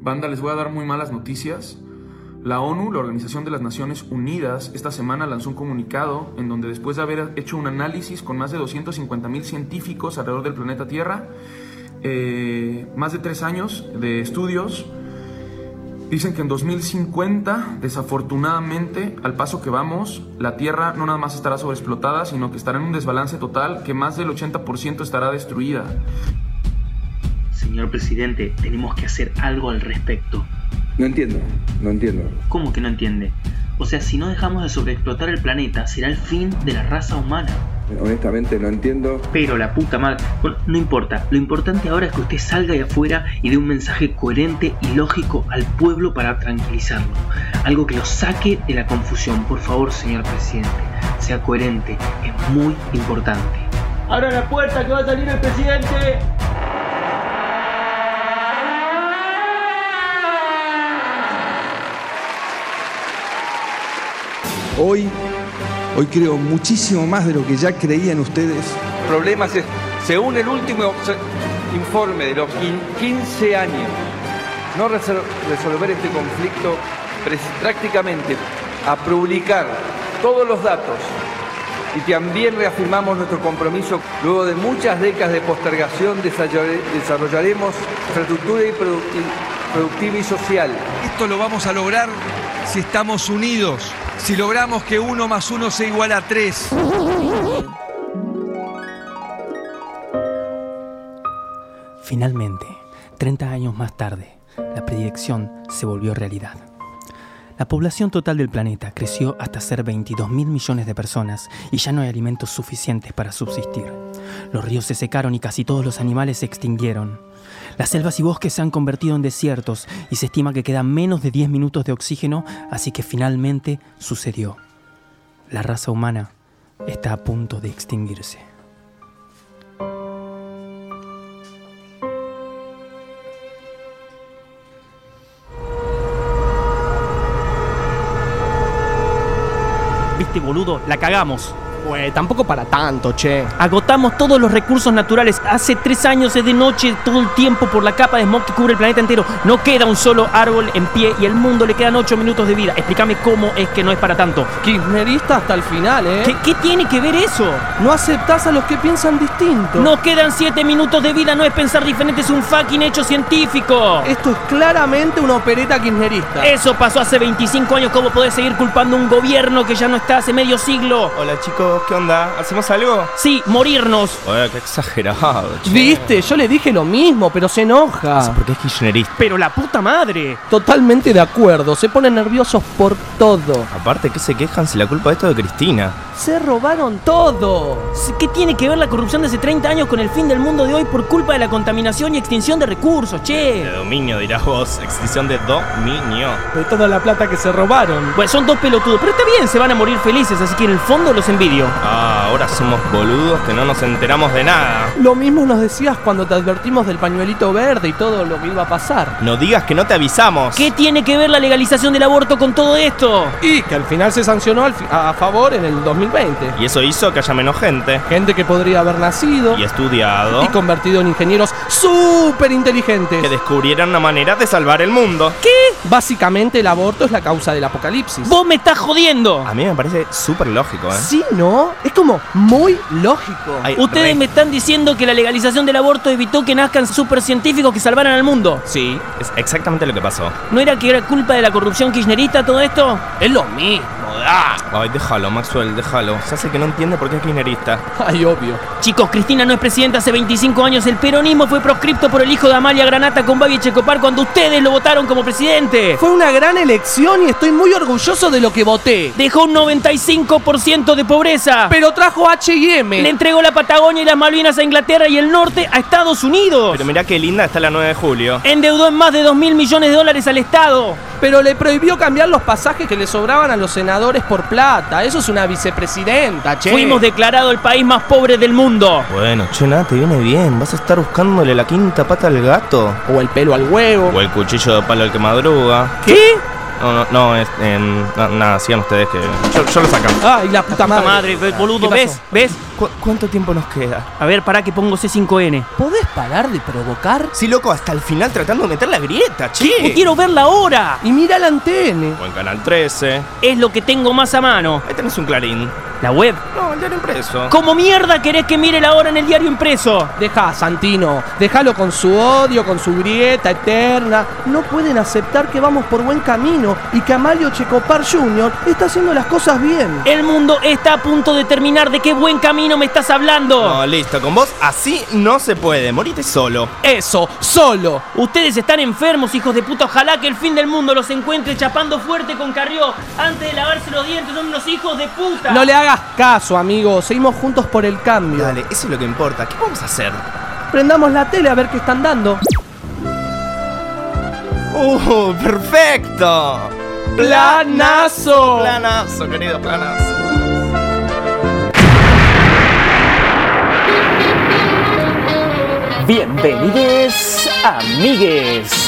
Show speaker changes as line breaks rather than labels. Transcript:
Banda, les voy a dar muy malas noticias. La ONU, la Organización de las Naciones Unidas, esta semana lanzó un comunicado en donde después de haber hecho un análisis con más de 250 mil científicos alrededor del planeta Tierra, eh, más de tres años de estudios, Dicen que en 2050, desafortunadamente, al paso que vamos, la Tierra no nada más estará sobreexplotada, sino que estará en un desbalance total que más del 80% estará destruida.
Señor presidente, tenemos que hacer algo al respecto.
No entiendo, no entiendo.
¿Cómo que no entiende? O sea, si no dejamos de sobreexplotar el planeta, será el fin de la raza humana.
Honestamente no entiendo.
Pero la puta madre. Bueno, no importa. Lo importante ahora es que usted salga de afuera y dé un mensaje coherente y lógico al pueblo para tranquilizarlo. Algo que lo saque de la confusión. Por favor, señor presidente. Sea coherente. Es muy importante.
¡Abra la puerta que va a salir el presidente!
Hoy Hoy creo muchísimo más de lo que ya creían ustedes.
El problema es, este. según el último informe de los 15 años, no resolver este conflicto prácticamente a publicar todos los datos y también reafirmamos nuestro compromiso. Luego de muchas décadas de postergación desarrollaremos infraestructura y productiva y social.
Esto lo vamos a lograr si estamos unidos, si logramos que uno más uno sea igual a tres.
Finalmente, 30 años más tarde, la predicción se volvió realidad. La población total del planeta creció hasta ser 22 mil millones de personas y ya no hay alimentos suficientes para subsistir. Los ríos se secaron y casi todos los animales se extinguieron. Las selvas y bosques se han convertido en desiertos y se estima que quedan menos de 10 minutos de oxígeno, así que finalmente sucedió. La raza humana está a punto de extinguirse. Viste, boludo, la cagamos.
Güey, Pues, tampoco para tanto, che.
Agotamos todos los recursos naturales. Hace tres años es de noche todo el tiempo por la capa de smog que cubre el planeta entero. No queda un solo árbol en pie y al mundo le quedan ocho minutos de vida. Explícame cómo es que no es para tanto.
Kirchnerista hasta el final, ¿eh?
¿Qué, qué tiene que ver eso?
No aceptás a los que piensan distinto.
No quedan siete minutos de vida, no es pensar diferente, es un fucking hecho científico.
Esto es claramente una opereta kirchnerista.
Eso pasó hace 25 años. ¿Cómo podés seguir culpando a un gobierno que ya no está hace medio siglo?
Hola, chicos. ¿qué onda? ¿Hacemos algo?
Sí, morirnos.
Oye, qué exagerado, che.
Viste, yo le dije lo mismo, pero se enoja.
Es porque es kirchnerista.
Pero la puta madre.
Totalmente de acuerdo, se ponen nerviosos por todo.
Aparte, ¿qué se quejan si la culpa de esto es de Cristina?
Se robaron todo.
¿Qué tiene que ver la corrupción de hace 30 años con el fin del mundo de hoy por culpa de la contaminación y extinción de recursos, che?
De dominio, dirás vos. Extinción de dominio.
De toda la plata que se robaron.
Pues son dos pelotudos, pero está bien, se van a morir felices, así que en el fondo los envidio.
Ah, ahora somos boludos que no nos enteramos de nada.
Lo mismo nos decías cuando te advertimos del pañuelito verde y todo lo que iba a pasar.
No digas que no te avisamos.
¿Qué tiene que ver la legalización del aborto con todo esto?
Y que al final se sancionó al a favor en el 2020.
Y eso hizo que haya menos gente.
Gente que podría haber nacido.
Y estudiado.
Y convertido en ingenieros súper inteligentes.
Que descubrieran una manera de salvar el mundo.
¿Qué?
Básicamente el aborto es la causa del apocalipsis.
¡Vos me estás jodiendo!
A mí me parece súper lógico, ¿eh?
Sí, ¿no? Es como muy lógico.
Ay, Ustedes rey. me están diciendo que la legalización del aborto evitó que nazcan supercientíficos que salvaran al mundo.
Sí, es exactamente lo que pasó.
¿No era que era culpa de la corrupción kirchnerista todo esto?
Es lo mismo, da.
Ay, déjalo, Maxwell, déjalo. Se hace que no entiende por qué es kirchnerista.
Ay, obvio.
Chicos, Cristina no es presidenta hace 25 años. El peronismo fue proscripto por el hijo de Amalia Granata con Babi Checopar cuando ustedes lo votaron como presidente.
Fue una gran elección y estoy muy orgulloso de lo que voté.
Dejó un 95% de pobreza.
Pero trajo HM.
Le entregó la Patagonia y las Malvinas a Inglaterra y el norte a Estados Unidos.
Pero mirá qué linda está la 9 de julio.
Endeudó en más de 2 mil millones de dólares al Estado.
Pero le prohibió cambiar los pasajes que le sobraban a los senadores por plata. Eso es una vicepresidenta, che.
Fuimos declarado el país más pobre del mundo.
Bueno, che, nada, te viene bien. Vas a estar buscándole la quinta pata al gato.
O el pelo al huevo.
O el cuchillo de palo al que madruga.
¿Qué?
No, no, no, es, em, na- nada, sigan ustedes que. Yo, yo lo saco.
Ay, la puta
Puta
madre.
madre, ve- boludo,
¿Qué
¿ves?
pasó?
¿Ves?
¿Cu- ¿Cuánto tiempo nos queda?
A ver, pará que pongo C5N.
¿Podés parar de provocar?
Sí, loco, hasta el final tratando de meter la grieta, che. quiero ver la hora.
Y mira la antena.
O en Canal 13.
Es lo que tengo más a mano.
Ahí tenés un clarín.
La web.
No, el diario impreso.
¿Cómo mierda querés que mire la hora en el diario impreso?
Deja a Santino, déjalo con su odio, con su grieta eterna. No pueden aceptar que vamos por buen camino y que Amalio Checopar Jr. está haciendo las cosas bien.
El mundo está a punto de terminar. ¿De qué buen camino me estás hablando?
No, listo, con vos así no se puede. Morite solo.
Eso, solo.
Ustedes están enfermos, hijos de puta. Ojalá que el fin del mundo los encuentre chapando fuerte con Carrió antes de lavarse los dientes. Son unos hijos de puta.
No le hagas caso, amigo. Seguimos juntos por el cambio.
Dale, eso es lo que importa. ¿Qué vamos a hacer?
Prendamos la tele a ver qué están dando.
¡Uh, perfecto!
¡Planazo!
Planazo, querido, planazo.
Bienvenidos, amigues.